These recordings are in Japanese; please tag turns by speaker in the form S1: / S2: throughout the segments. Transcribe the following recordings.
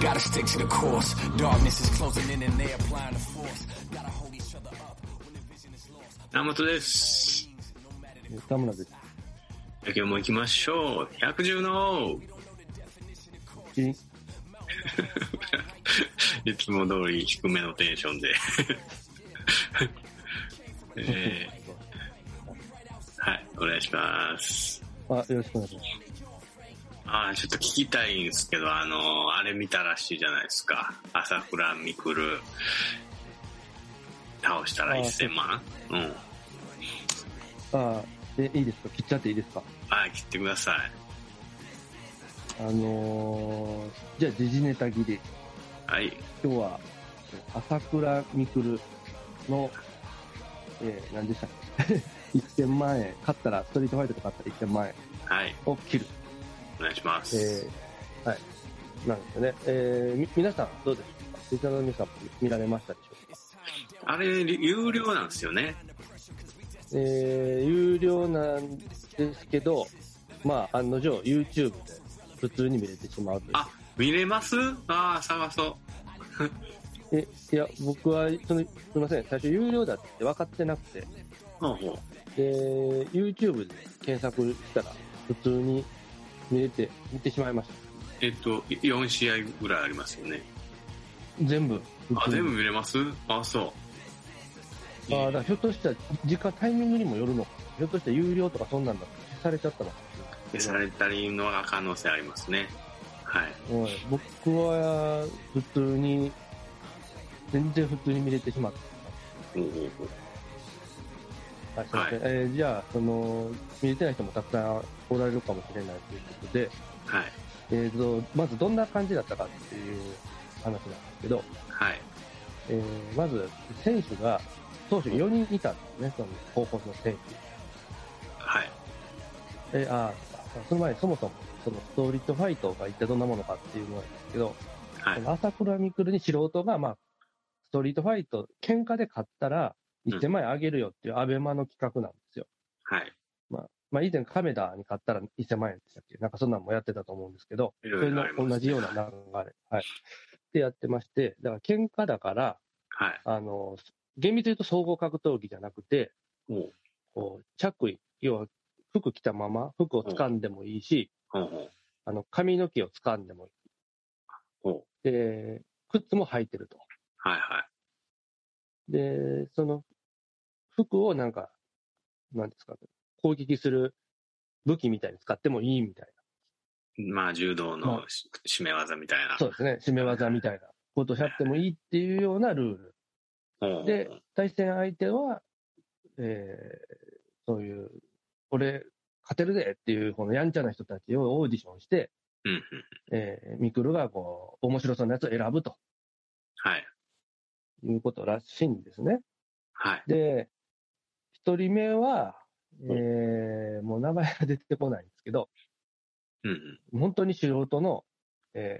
S1: Gotta stick to the course. Darkness is closing in and they applying the force. Gotta hold each other up when the vision is lost.
S2: 山本です。
S3: 田村で
S2: じ
S3: す。
S2: ゃあ今日も行きましょう。百獣の王
S3: チン
S2: いつも通り低めのテンションで。 えーはい、お願いします。
S3: あ、よろしくお願いします。
S2: あーちょっと聞きたいんですけど、あのーあれ見たらしいじゃないですか。朝倉未来、倒したら1000万うん。
S3: あ、え、いいですか切っちゃっていいですか
S2: はい、切ってください。
S3: あのー、じゃあ時事ネタ切り。
S2: はい、
S3: 今日は、朝倉未来の、えー、何でしたっけ ?1000 万円。勝ったら、ストリートファイトで勝ったら1000万円
S2: はい、
S3: を切る。
S2: お願いします。
S3: えー、はい。なんですよね。えー、み、皆さん、どうですかリスナーの皆さん、見られましたでしょうか
S2: あれ、有料なんですよね。
S3: えー有料なんですけど、まあ、案の定 YouTube で普通に見れてしまうという
S2: あ、見れますああ、探そう。
S3: えいや僕はそのすみません最初有料だって分かってなくて
S2: ほうほう。
S3: で YouTube で検索したら普通に見れて見てしまいました
S2: えっと、4試合ぐらいありますよね。
S3: 全部
S2: あ、全部
S3: 部
S2: 見れますあ、そ
S3: あーだからひょっとしたら時間タイミングにもよるのかひょっとしたら有料とかそんなんだと消されちゃったのか
S2: う。消されたりのが可能性ありますね。はい。
S3: おい僕は普通に全然普通に見れてしまった
S2: ほうほうほう
S3: はい、すいませんえーじゃあその、見れてない人もたくさんおられるかもしれないということで、
S2: はい。
S3: えー、とまずどんな感じだったかっていう話なんですけど、
S2: はい。
S3: えーまず選手が、当初4人いたんですね、その高校の選
S2: はい。
S3: 手。えーあーその前にそもそもそのストリートファイトが一体どんなものかっていうのなんですけど、
S2: は
S3: そ
S2: い。
S3: の朝倉未来に素人が、まあ、ストリートファイト、喧嘩で勝ったら1000万円あげるよっていうアベマの企画なんですよ。
S2: はい。
S3: まあ、以前、亀田に買ったら1000万円でしたっけなんかそんなんもやってたと思うんですけど、
S2: い
S3: そ
S2: ろ
S3: れ
S2: いろ
S3: の
S2: あります、
S3: 同じような流れ。はい。でやってまして、だから喧嘩だから、
S2: はい。
S3: あの、厳密に言うと総合格闘技じゃなくて、
S2: ほう
S3: こう、着衣、要は服着たまま、服を掴んでもいいし、
S2: ほうほう。
S3: あの、髪の毛を掴んでもい
S2: ほう。
S3: い。で、靴も履いてると。
S2: はいは
S3: で、その、服をなんか、なんですか、攻撃する武器みたいに使ってもいいみたいな。
S2: い。まあ、柔道
S3: ま
S2: のし締め技みたいな。
S3: そうですね、締め技みたいなことをやってもいいっていうようなルール。
S2: ほうほうほう
S3: で対戦相手は、えーそういう、俺、勝てるぜっていう、このやんちゃな人たちをオーディションして、
S2: うんうん。
S3: えー、ミクルがこう、面白そうなやつを選ぶと
S2: はい。
S3: いうことらしいんですね。
S2: はい。
S3: で、一人目は、えーもう名前が出てこないんですけど、
S2: うんうん。
S3: 本当に素人の、え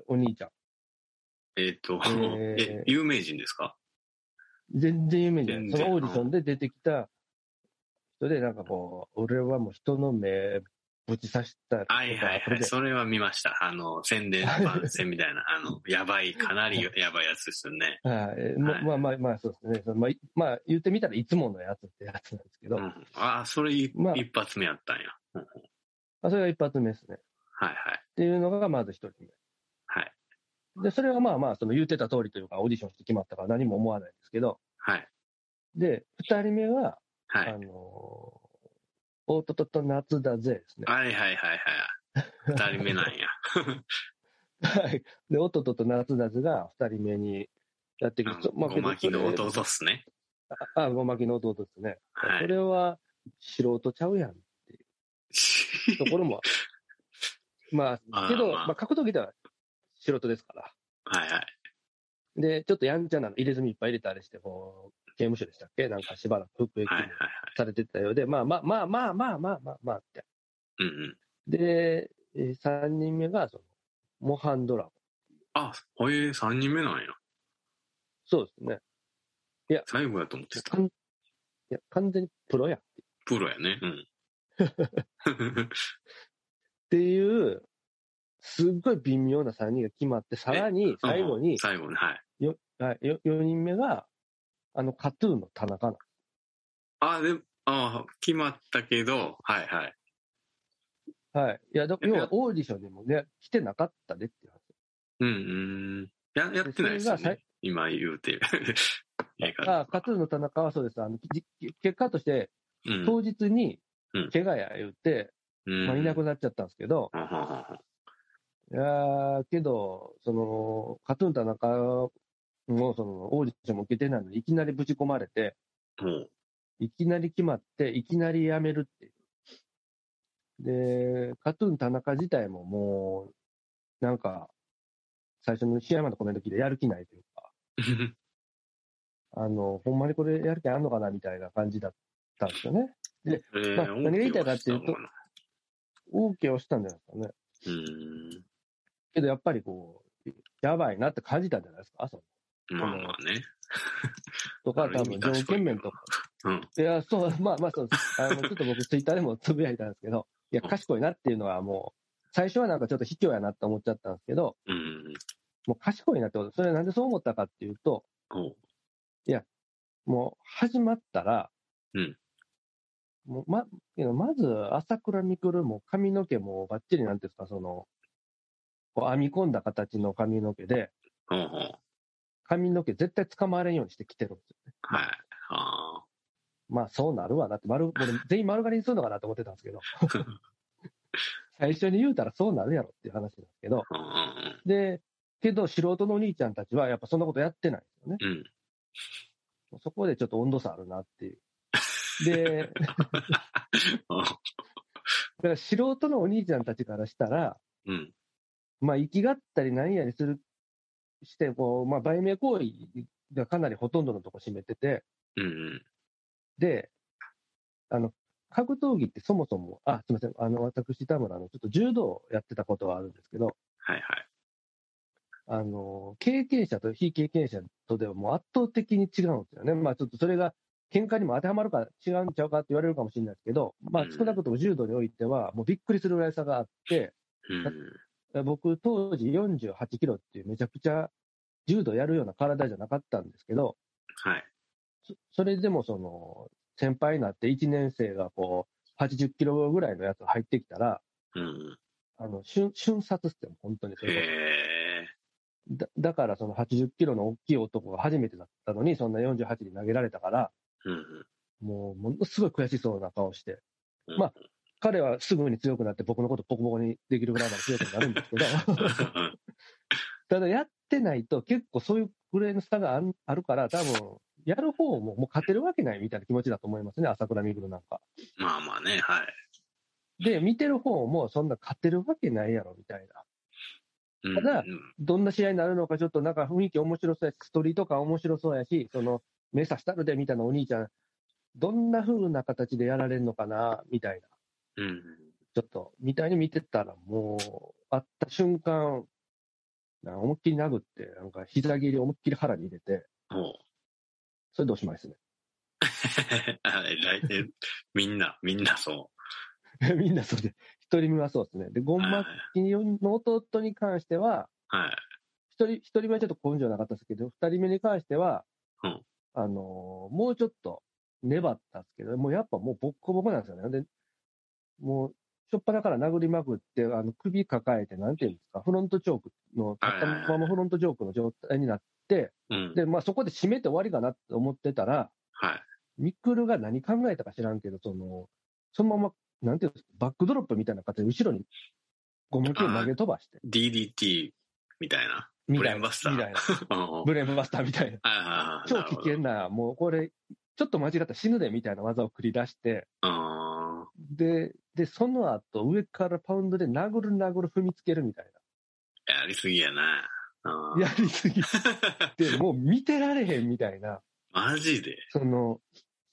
S3: ーお兄ちゃん。
S2: えっと、
S3: ー
S2: え、有名人ですか
S3: 全然有名じゃない。
S2: 全
S3: そ
S2: 然
S3: のオーディションで出てきた人で、なんかこう、俺はもう人の目ぶち刺したとか、
S2: はいはいは
S3: それ
S2: い。
S3: で
S2: それは見ました。あの、宣伝番宣みたい な、あの、やばい、かなりやばいやつですよね。
S3: はいえーま
S2: はい
S3: まあまあまあ、そうですね。そのまあ、いまあ、言ってみたらいつものやつってやつなんですけど、
S2: うん、ああ、それい、
S3: まあ
S2: 一発目やったんや。うん
S3: まあそれが一発目ですね。っ
S2: はいはい。
S3: ていうのがまず一人
S2: はい。
S3: 目。で、それはまあまあ、その言ってた通りというか、オーディションして決まったから何も思わないんですけど、
S2: はい。
S3: で、二人目は、
S2: は
S3: あ
S2: い。
S3: のーおっとっとっと夏だぜですね。
S2: はいはいはいはい。二人目なん や。
S3: はい。で、おっとっとっと夏だぜが二人目にやってき
S2: あ
S3: て、
S2: のごまきの
S3: けどそれ
S2: 弟っすね。
S3: あ、ごまきの弟ですね。
S2: は
S3: そ
S2: い。
S3: れは素人ちゃうやんとこ ろも、ま
S2: ま
S3: あ、
S2: あ
S3: けど、
S2: まあ
S3: まあ、格闘技では素人ですから。
S2: はいはい。
S3: で、ちょっとやんちゃなの、入れ墨いっぱい入れてあれして、こう、刑務所でしたっけなんかしばらく服役
S2: はいはいはい。
S3: されてたようで、まあまあまあまあまあまあまあまあって。
S2: うんうん。
S3: で、えー三人目が、その、モハンドラゴン。
S2: あ、ほえ、三人目なんや。
S3: そうですね。
S2: 最後やと思ってた
S3: か。んいや完全にプロやんっ
S2: プロやね。うん。
S3: ていう、すっごい微妙な3人が決まって、 さらに最後
S2: うん
S3: に、
S2: 最後に、はい。
S3: よはいよ4人目が、あの、カトゥーンの田中なん
S2: あ、で、あ決まったけど、はいはい。
S3: はい。いや、だ
S2: いや
S3: 要はオーディションにもね、来てなかったねっていう
S2: うんうん。や、やってないですよ
S3: それが
S2: ね。今言う てる。映画
S3: 話。あ、カトゥーンの田中はそうです。あの、じ結果として、
S2: うん
S3: 当日に
S2: うん、
S3: 怪我や言って、
S2: うん
S3: まあ、いなくなっちゃったんですけど、
S2: うんうんうん
S3: いやーけど、その、カトゥーン田中も、その、オーディションも受けてないのに、いきなりぶち込まれて、
S2: うん も
S3: いきなり決まって、いきなり辞めるっていう。で、カトゥーン田中自体ももう、なんか、最初の試合までコメント聞いてやる気ないというか、
S2: う。
S3: あの、ほんまにこれやる気あんのかなみたいな感じだったんですよね。
S2: えー
S3: まあ何が言いたいかっていうと
S2: 大きはし
S3: OK をしたんじゃないですかね。
S2: たのか
S3: けどやっぱりこう、やばいなって感じたんじゃないですか、朝
S2: なうん。まあまあね。
S3: とか、
S2: ある意
S3: 多
S2: 味
S3: 分条件面とか。いや、そう、まあまあそうです。あの、ちょっと僕、ツイッターでもつぶやいたんですけど、いや、賢いなっていうのはもう、最初はなんかちょっと卑怯やなって思っちゃったんですけど、
S2: うん。
S3: もう賢いなってこと、それはなんでそう思ったかっていうと、
S2: おう
S3: もう始まったら、
S2: うん
S3: もうまけどまず、朝倉未来も髪の毛もばっちりなんていうんですか、その、こう編み込んだ形の髪の毛で、
S2: ほうほう。
S3: 髪の毛絶対捕まわれんようにしてきてるんですよね。
S2: はい。あ
S3: まあそうなるわなっ て、丸、俺全員丸刈りにするのかなと思ってたんですけど、最初に言うたらそうなるやろっていう話なんですけど、
S2: あ。うん
S3: で、けど素人のお兄ちゃんたちはやっぱそんなことやってないんですよね。
S2: うんうん。うん。
S3: そこでちょっと温度差あるなっていう。で、だから素人のお兄ちゃんたちからしたら、
S2: うん。
S3: まあ、生きがったり何やりする、して、こう、まあ、売名行為がかなりほとんどのとこ占めてて、
S2: うんうん。
S3: で、あの、格闘技ってそもそも、あ、すみません、あの、私、田村、あの、ちょっと柔道をやってたことはあるんですけど、
S2: はいはい。
S3: あの、経験者と非経験者とではもう圧倒的に違うんですよね。まあ、ちょっとそれが、喧嘩にも当てはまるか違うんちゃうかって言われるかもしれないですけど、まあ、少なくとも柔道においては、もうびっくりするぐらい差があって、
S2: うん。
S3: 僕、当時48キロっていうめちゃくちゃ柔道やるような体じゃなかったんですけど、
S2: はい。
S3: そそれでもその、先輩になって1年生がこう、80キロぐらいのやつ入ってきたら、
S2: うん。
S3: あの、瞬、瞬殺ってもう本当にそれこ
S2: へえ。
S3: そだ。だからその80キロの大きい男が初めてだったのに、そんな48に投げられたから、
S2: うん。
S3: もうものすごい悔しそうな顔して、
S2: うん
S3: まあ、彼はすぐに強くなって僕のことボコボコにできるぐらいまで強くなるんですけど、
S2: うん
S3: ただやってないと結構そういうぐらいの差があんあるから、多分やる方ももう勝てるわけないみたいな気持ちだと思いますね、朝倉未来なんか。
S2: まあまあね、はい。
S3: で、見てる方もそんな勝てるわけないやろみたいな。
S2: うん
S3: ただ
S2: うん
S3: どんな試合になるのか、ちょっとなんか雰囲気面白そうやし、ストリート感面白そうやし、その、目指したるでみたいなお兄ちゃん、どんな風な形でやられるのかな、みたいな、
S2: うん。
S3: ちょっと、みたいに見てたら、もう、会った瞬間、なんか思いっきり殴って、なんか膝蹴り思いっきり腹に入れて、
S2: おう
S3: それでおしまいですね。
S2: あ来年、みんな、みんなそ
S3: みんなそうで、一人目はそうですね。で、ゴ
S2: う。
S3: ン
S2: は
S3: マ
S2: い
S3: ッ。キーの弟に関しては、
S2: はい
S3: 一人、一人目はちょっと根性なかったですけど、二人目に関しては、
S2: うん
S3: あのーもうちょっと粘ったんですけど、もうやっぱもうボッコボコなんですよね。で、もう、しょっぱなから殴りまくって、あの、首抱えて、なんていうんですか、フロントチョーク
S2: は
S3: の、
S2: いはいはい
S3: 頭のフロントチョークの状態になって、
S2: うん。
S3: で、まあそこで締めて終わりかなと思ってたら、
S2: はい。
S3: ミクルが何考えたか知らんけど、その、そのまま、なんていうんですか、バックドロップみたいな形で後ろにゴム球投げ飛ばして、
S2: DDT みたいな。
S3: みた
S2: ブレ
S3: いな。
S2: ーンバスター
S3: みたいな。
S2: うん
S3: ブレーンバスターみ たいな。
S2: はいはいはい。
S3: 超危険な、もうこれ、ちょっと間違ったら死ぬでみたいな技を繰り出して、
S2: な
S3: で、で、その後、上からパウンドで殴る殴る踏みつけるみたい
S2: るやりすぎやな。うん
S3: な。やり すぎて、もう見てられへんみたいな。
S2: マジで。
S3: その、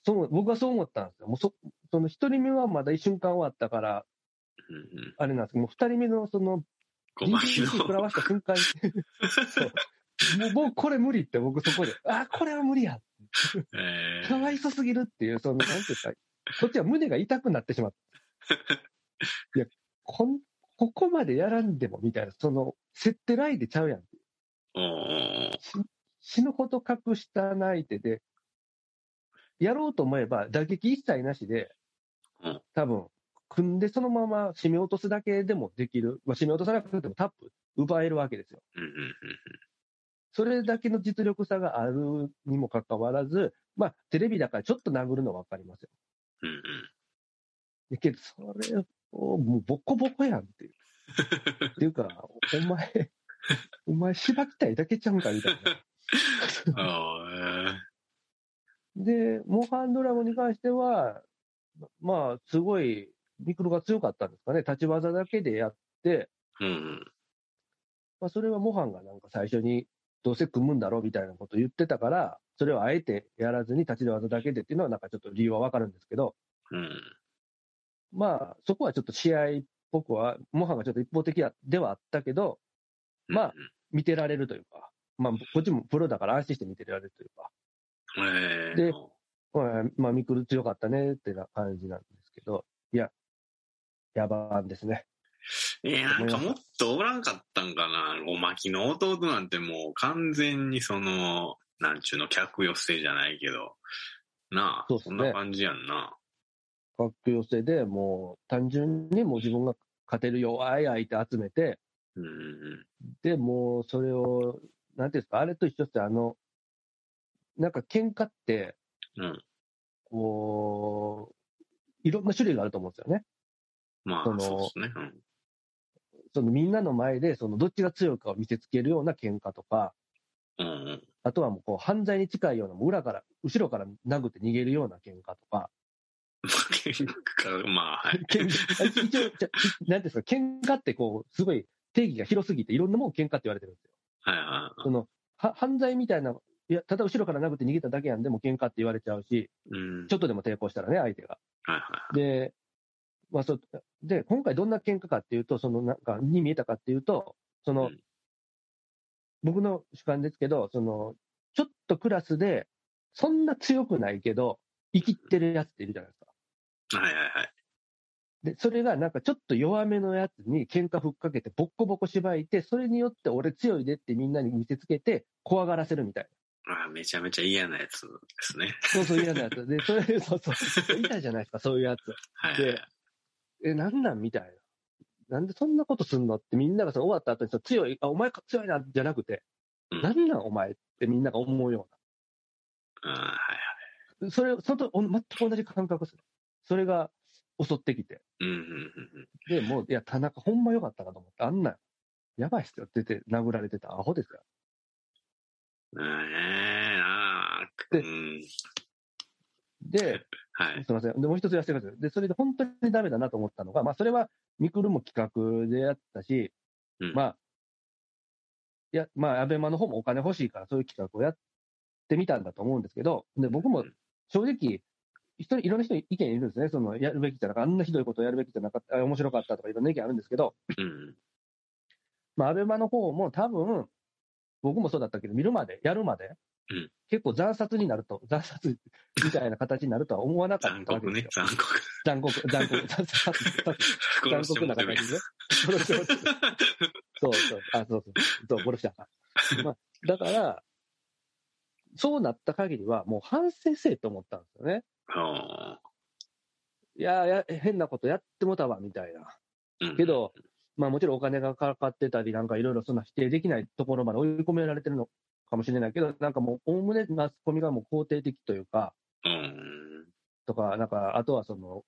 S3: そう、僕はそう思ったんですよ。もうそ、その一人目はまだ一瞬間終わったから、
S2: うんうん。
S3: あれなんですけど、もう二人目のその
S2: ごまき
S3: DVD 食ら
S2: の。
S3: わした瞬間にそうもう、もうこれ無理って、僕そこで、あーこれは無理や。
S2: えー
S3: かわいそすぎるっていう、そ の、なんていうか、こっちは胸が痛くなってしまった。いや、こん、ここまでやらんでもみたいな、その、設定ないでちゃうやん。
S2: うんうん
S3: 死ぬほど格下な相手で、やろうと思えば打撃一切なしで
S2: うん、
S3: 多分、組んでそのまま締め落とすだけでもできる。まあ、締め落とさなくてもタップ奪えるわけですよ。
S2: うんうんうん
S3: それだけの実力差があるにもかかわらず、まあ、テレビだからちょっと殴るのはわかりますよ。
S2: うんうん
S3: だけど、それを、もうボッコボコやんっていう。っていうか、お前、お前、しばきたいだけちゃうんかみたいな。
S2: うん あ
S3: で、モハンドラゴンに関しては、まあ、すごい、ミクロが強かったんですかね。立ち技だけでやって、
S2: ーうんうん
S3: まあ、それはモハンがなんか最初に、どうせ組むんだろうみたいなこと言ってたから、それをあえてやらずに立ち技だけでっていうのはなんかちょっと理由はわかるんですけど、
S2: うん
S3: まあ、そこはちょっと試合っぽくは、モハンがちょっと一方的ではあったけど、まあ見てられるというか、まあ、こっちもプロだから安心して見てられるというか、
S2: ええ
S3: でうんまあ、ミクル強かったねってな感じなんですけど、いや、野蛮ですね。
S2: えーなんかもっとおらんかったんかな。おまきの弟なんてもう完全にその、なんちゅうの、客寄せじゃないけど、なあ、
S3: そうっす
S2: そ
S3: ね
S2: んな感じやんな。
S3: 格寄せでもう単純にもう自分が勝てる弱い相手集めて、
S2: うんうん
S3: で、もうそれを、なんていうんですか、あれと一緒って、あの、なんか喧嘩って、
S2: うん
S3: こう、いろんな種類があると思うんですよね。
S2: まあ、
S3: その
S2: そうですね。うん
S3: そのみんなの前で、そのどっちが強いかを見せつけるような喧嘩とか、
S2: うん うん
S3: あとはもうこう犯罪に近いような、もう裏から、後ろから殴って逃げるような喧嘩と
S2: ま
S3: か、
S2: あ喧嘩まあ、はい。
S3: 喧嘩一応、ちょなんていうんですか、喧嘩ってこう、すごい定義が広すぎて、いろんなもん喧嘩って言われてるんですよ。
S2: はいは
S3: そのは犯罪みたいな、いや、ただ後ろから殴って逃げただけやんでも喧嘩って言われちゃうし、
S2: い。うん
S3: ちょ。っとでも抵抗したらね、相手が。
S2: はいは
S3: で、まあ、そうで今回どんな喧嘩かっていうと、そのなんか、に見えたかっていうと、その、
S2: うん
S3: 僕の主観ですけど、その、ちょっとクラスで、そんな強くないけど、生きってるやつっているじゃないですか。
S2: い。はいはいはい。
S3: で、それがなんかちょっと弱めのやつに喧嘩ふっかけて、ボッコボコしばいて、それによって俺強いでってみんなに見せつけて、怖がらせるみたいな。
S2: まあ、めちゃめちゃ嫌なやつですね。
S3: そうそう嫌なやつ。で、それ、そう そう。嫌じゃないですか、そういうやつ。
S2: はいはい
S3: で
S2: はい。、
S3: え、なんなんみたいな。なんでそんなことすんのってみんながその終わった後にその強い、あ、お前か強いな、じゃなくて、
S2: うん
S3: なんなんお前ってみんなが思うよ
S2: うんはいう
S3: な。それ、それとお全く同じ感覚でする。それが襲ってきて。
S2: はい。うんうんうんうん。
S3: で、もう、いや、田中ほんま良かったなと思って、あんなん、やばいっすよって言って殴られてたアホですよ。
S2: ねえなあ。う
S3: で
S2: ん。
S3: で、
S2: はい。
S3: すみません。で、もう一つ言わせてください。で、それで本当にダメだなと思ったのが、まあ、それは、ミクルも企画でやったし、
S2: うん
S3: まあ、いや、まあ、アベマの方もお金欲しいから、そういう企画をやってみたんだと思うんですけど、で、僕も正直、一人、いろんな人に意見いるんですね。その、やるべきじゃなかった、あんなひどいことやるべきじゃなかった、あ面白かったとかいろんな意見あるんですけど、
S2: うん。
S3: まあ、アベマの方も多分、僕もそうだったけど、見るまで、やるまで、
S2: うん
S3: 結構残殺になると、残殺みたいな形になるとは思わなか
S2: 残
S3: ったわけで
S2: 酷
S3: すよ
S2: ね。。残酷。
S3: 残酷、残酷、
S2: 殺し
S3: 残酷残
S2: て
S3: 酷
S2: も
S3: な
S2: うてるやん
S3: 形ね。殺してもうてるそうそう、あ、そうそう、そう、殺したから。まあ、だから、そうなった限りは、もう反省せえと思ったんですよね。
S2: あ
S3: いやーや、変なことやってもたわ、みたいな。
S2: ーうん
S3: けど、まあもちろんお金がかかってたり、なんかいろいろそんな否定できないところまで追い込められてるのかもしれないけど、なんかもう、おおむねマスコミがもう肯定的というか、
S2: うん。
S3: とか、なんか、あとはその、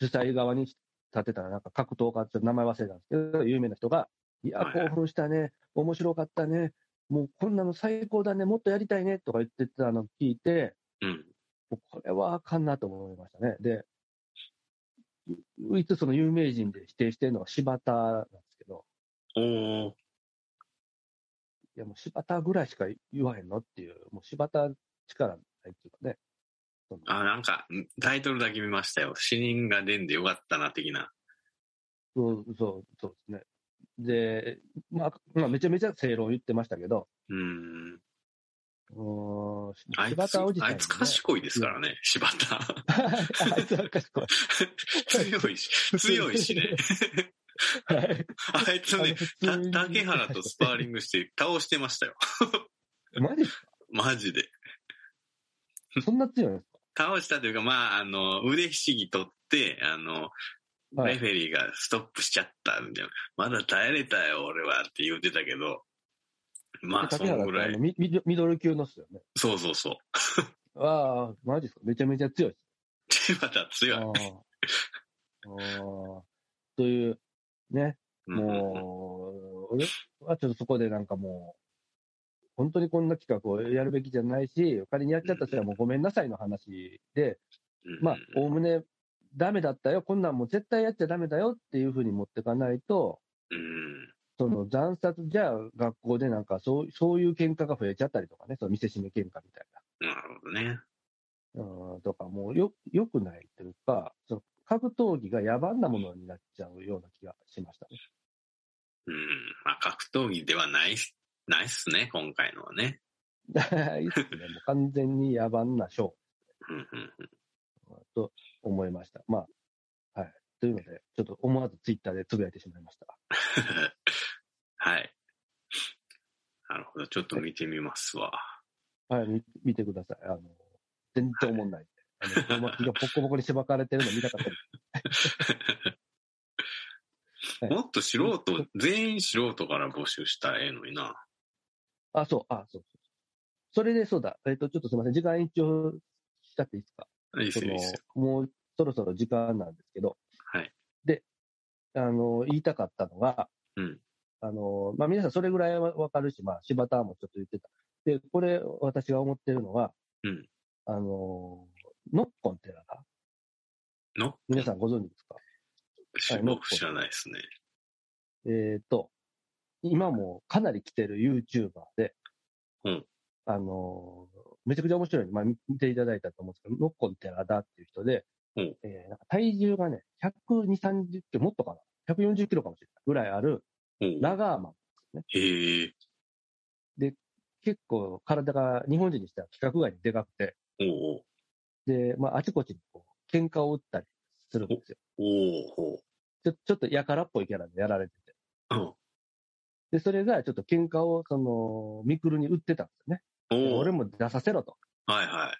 S3: 主催側に立ってたら、なんか格闘家、ちょっと名前忘れたんですけど、有名な人が、いや
S2: はい、はい
S3: 興奮したね、面白かったね、もうこんなの最高だね、もっとやりたいねとか言ってたのを聞いて、
S2: うん。
S3: もうこれはあかんなと思いましたね。で、唯一その有名人で否定してるのが柴田なんですけど、
S2: おお。
S3: いや、もう柴田ぐらいしか言わへんのっていう、もう柴田力ないっていうかね。その
S2: あ、なんか、タイトルだけ見ましたよ。死人が出んでよかったな、的な。
S3: そう、そう、そうですね。で、まあ、まあ、めちゃめちゃ正論言ってましたけど、
S2: うーん。
S3: うーん、
S2: あい
S3: 柴
S2: つ、
S3: 田おじさん
S2: あ
S3: に
S2: い
S3: ね
S2: つ賢いですからね、柴 田。
S3: あいつは賢い。
S2: 強いし、強いしね。
S3: はい。
S2: あいつ
S3: あの
S2: ね、
S3: 普
S2: た
S3: 通に
S2: 竹原とスパーリングして倒してましたよ。
S3: マジっす
S2: マジで。
S3: かそんな強いんです
S2: 倒したというか、まあ、あの、腕ひしぎ取って、あの、
S3: かは
S2: レ
S3: い。
S2: フェリーがストップしちゃったみたいな。まだ耐えれたよ、俺はって言ってたけど。まあ、そ
S3: 竹
S2: の
S3: 原
S2: ぐ
S3: って
S2: ら
S3: あの
S2: い。
S3: ミミドミドル級のっすよね。
S2: そうそうそう。
S3: ああ、マジっすかめちゃめちゃ強いっす。
S2: で、 また強い。
S3: あーあーという、ね、もう、俺はちょっとそこでなんかもう、本当にこんな企画をやるべきじゃないし、仮にやっちゃった人はもうごめんなさいの話で、
S2: うん、
S3: まあ、おおむね、ダメだったよ、こんなんもう絶対やっちゃダメだよっていうふうに持ってかないと、
S2: うん。
S3: その惨殺じゃあ学校でなんかそうそういう喧嘩が増えちゃったりとかね、その見せしめ喧嘩みたい
S2: なるほどね。
S3: な、うん、とかもうよよくないというか、その格闘技が野蛮なものになっちゃうような気がしましたね。
S2: うん。まあ、格闘技ではないっす、ないっすね、今回のはね。
S3: いいっすね、 もう完全に野蛮なショー
S2: うんうんうん。
S3: と思いました。まあ、はい。というので、ちょっと思わずツイッターでつぶやいてしまいました。
S2: はい。なるほど。ちょっと見てみますわ。
S3: はい、み見てください。あの、全然思んないんで。あの、小巻がボコボコにしばかれてるの見たかったではい
S2: もっと素人、全員素人から募集したらええのにな。
S3: す。あ、そう、あ、そうそう。それで、そうだ。えっ、と、ちょっとすいません。時間延長しちゃっていいですか
S2: いいっすよ、いいっすよ。
S3: そのもうそろそろ時間なんですけど。
S2: はい。
S3: で、あの、言いたかったのが、
S2: うん。
S3: あの、まあ、皆さんそれぐらいはわかるし、まあ、柴田もちょっと言ってた。で、これ、私が思ってるのは、
S2: うん
S3: あの、ノッコンってなんか、
S2: の
S3: 皆さんご存知ですか
S2: し
S3: はいノッ
S2: 僕
S3: コ
S2: 知らないですね。
S3: えっ、と、今もかなり来てる YouTuber で、
S2: うん
S3: あのーめちゃくちゃ面白いんで、まあ、見見ていただいたと思うんですけど、ノッコンテラダっていう人で、
S2: うん
S3: えーなんか体重がね、120、30キロ、もっとかな、140キロかもしれないぐらいある
S2: おう
S3: ラガーマン。
S2: へえ。
S3: 結構体が日本人にしては規格外にでかくて、
S2: おう
S3: で、まあ、あちこちにこう喧嘩を打ったりするんですよ。
S2: おう
S3: ちょちょっとやからっぽいキャラでやられてて。
S2: おう
S3: で、それがちょっと喧嘩を、その、ミクルに売ってたんですよね。
S2: うん
S3: で
S2: お
S3: 俺
S2: う
S3: も出させろと。
S2: はいは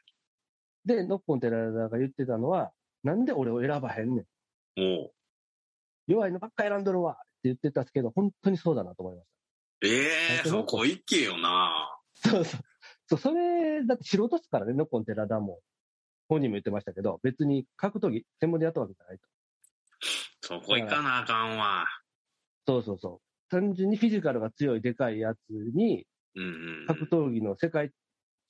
S3: で、ノッコン寺田が言ってたのは、なんで俺を選ばへんねん。
S2: い。おう
S3: 弱いのばっか選んどるわって言ってたんですけど、本当にそうだなと思いまし
S2: ええ
S3: 本当
S2: そ
S3: ノッコ
S2: こ行けよな。
S3: た。そうそう。そう、それ、だって素人っすからね、ノッコン寺田も。本人も言ってましたけど、別に格闘技、専門でやったわけじゃないと。
S2: そこ行かなあかんわ。
S3: そうそうそう。単純にフィジカルが強いでかいやつに、
S2: うんうん。
S3: 格闘技の世界、チ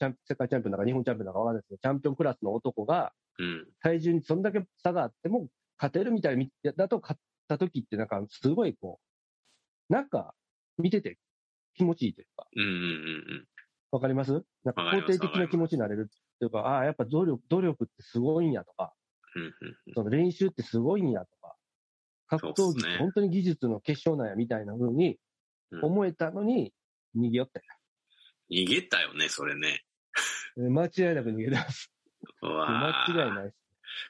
S3: ャン世界チャンピオンだか日本チャンピオンだかわかんないですけど、チャンピオンクラスの男が、
S2: うん。
S3: 体重にそんだけ差があっても、勝てるみたいな、だと勝った時って、なんか、すごいこう、なんか、見てて気持ちいいというか、
S2: うんうんうん
S3: わかりますなんか
S2: わかり
S3: 肯
S2: ます
S3: 定的な気持ちになれるというか、ああ、やっぱ努力、努力ってすごいんやとか、
S2: うん。うん
S3: その練習ってすごいんやとか、格
S2: そうっ
S3: 闘
S2: すね
S3: 技って本当に技術の結晶なんやみたいな風に
S2: うんうん。
S3: 思えたのに、逃げよった
S2: 逃げたよね、それね。
S3: よ。間違いなく逃げた。
S2: うわ
S3: 間
S2: あ
S3: 違いないです。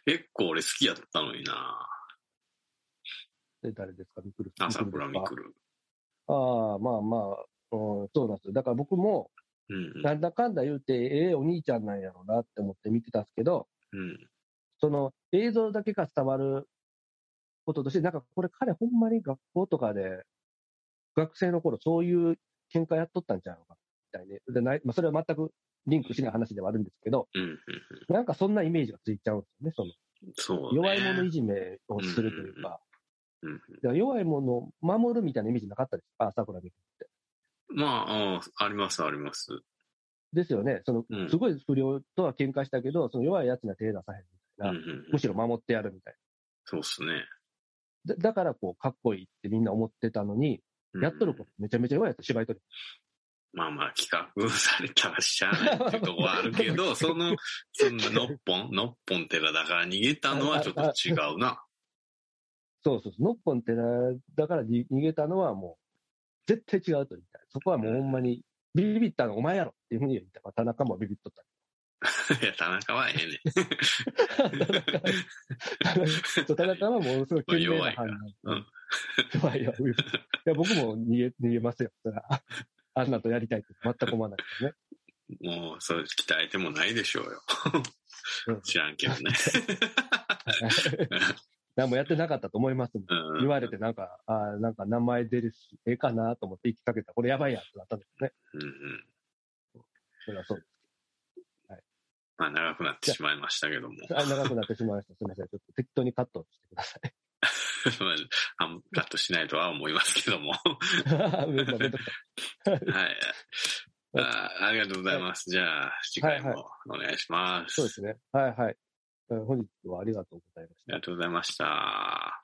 S2: 結構俺好きやったのにな。
S3: で誰ですかミクルさん。
S2: 朝倉
S3: ミ
S2: み
S3: クル
S2: くる。
S3: ですかああ、まあまあ、うん、そうなんですよ。だから僕も、
S2: うん うん
S3: なんだかんだ言うて、ええお兄ちゃんなんやろうなって思って見てたんですけど、
S2: うん。
S3: その映像だけが伝わることとして、なんかこれ彼ほんまに学校とかで、学生の頃そういう喧嘩やっとったんちゃうのか、みたいに。でないまあ、それは全くリンクしない話ではあるんですけど、
S2: うんうん。
S3: なんかそんなイメージがついちゃうんですよね。その
S2: そうね。
S3: 弱い者いじめをするというか、
S2: うんうん
S3: だから弱い者を守るみたいなイメージなかったですか、朝倉で。
S2: まあ、ああります、あります。
S3: ですよね。その
S2: うん
S3: すごい不良とは喧嘩したけど、その弱いやつには手出さへ
S2: う
S3: んみ
S2: ん
S3: た
S2: う
S3: いな。
S2: んう
S3: む
S2: ん。
S3: しろ守ってやるみたいな。
S2: そうっすね。
S3: だだからこう、かっこいいってみんな思ってたのに、
S2: うん
S3: やっとることめちゃめちゃ弱いやつ、芝居とり。
S2: まあまあ企画されたらしゃあないっていうとこはあるけ ど、その、そののっぽんのっぽん寺だから逃げたのはちょっと違うな。
S3: そうそうそう、ノッポンってな、だからに逃げたのはもう、絶対違うと言いたい。そこはもうほんまに、ビビったのお前やろっていうふうに言った。まあ田中もビビっとった。
S2: いや、田中はええねん。
S3: 田中そう田中はものすごい賢明な判断。
S2: 弱い
S3: 弱いよいや、僕も逃げ、逃げますよ。そらあんなとやりたいって全く思わないですね。
S2: もう、それ鍛えてもないでしょうよ。
S3: うん
S2: 知らん けどね。
S3: 何もやってなかったと思いますもん。
S2: うん
S3: 言われてなんか、あーなんか名前出るし、ええかなと思って行きかけたらこれやばいやんってなったんですね。
S2: うんうん。
S3: それはそうです。
S2: まあ、長くなってしまいましたけども。
S3: あ長くなってしまいました。すみません。ちょっと適当にカットしてください。
S2: あんカットしないとは思いますけど も。は
S3: めんどくさい
S2: い。あありがとうございます。じゃあ、次回もお願いします。
S3: そうですね。はいはい。えー本日はありがとうございまし
S2: あり。
S3: た
S2: がとうございました。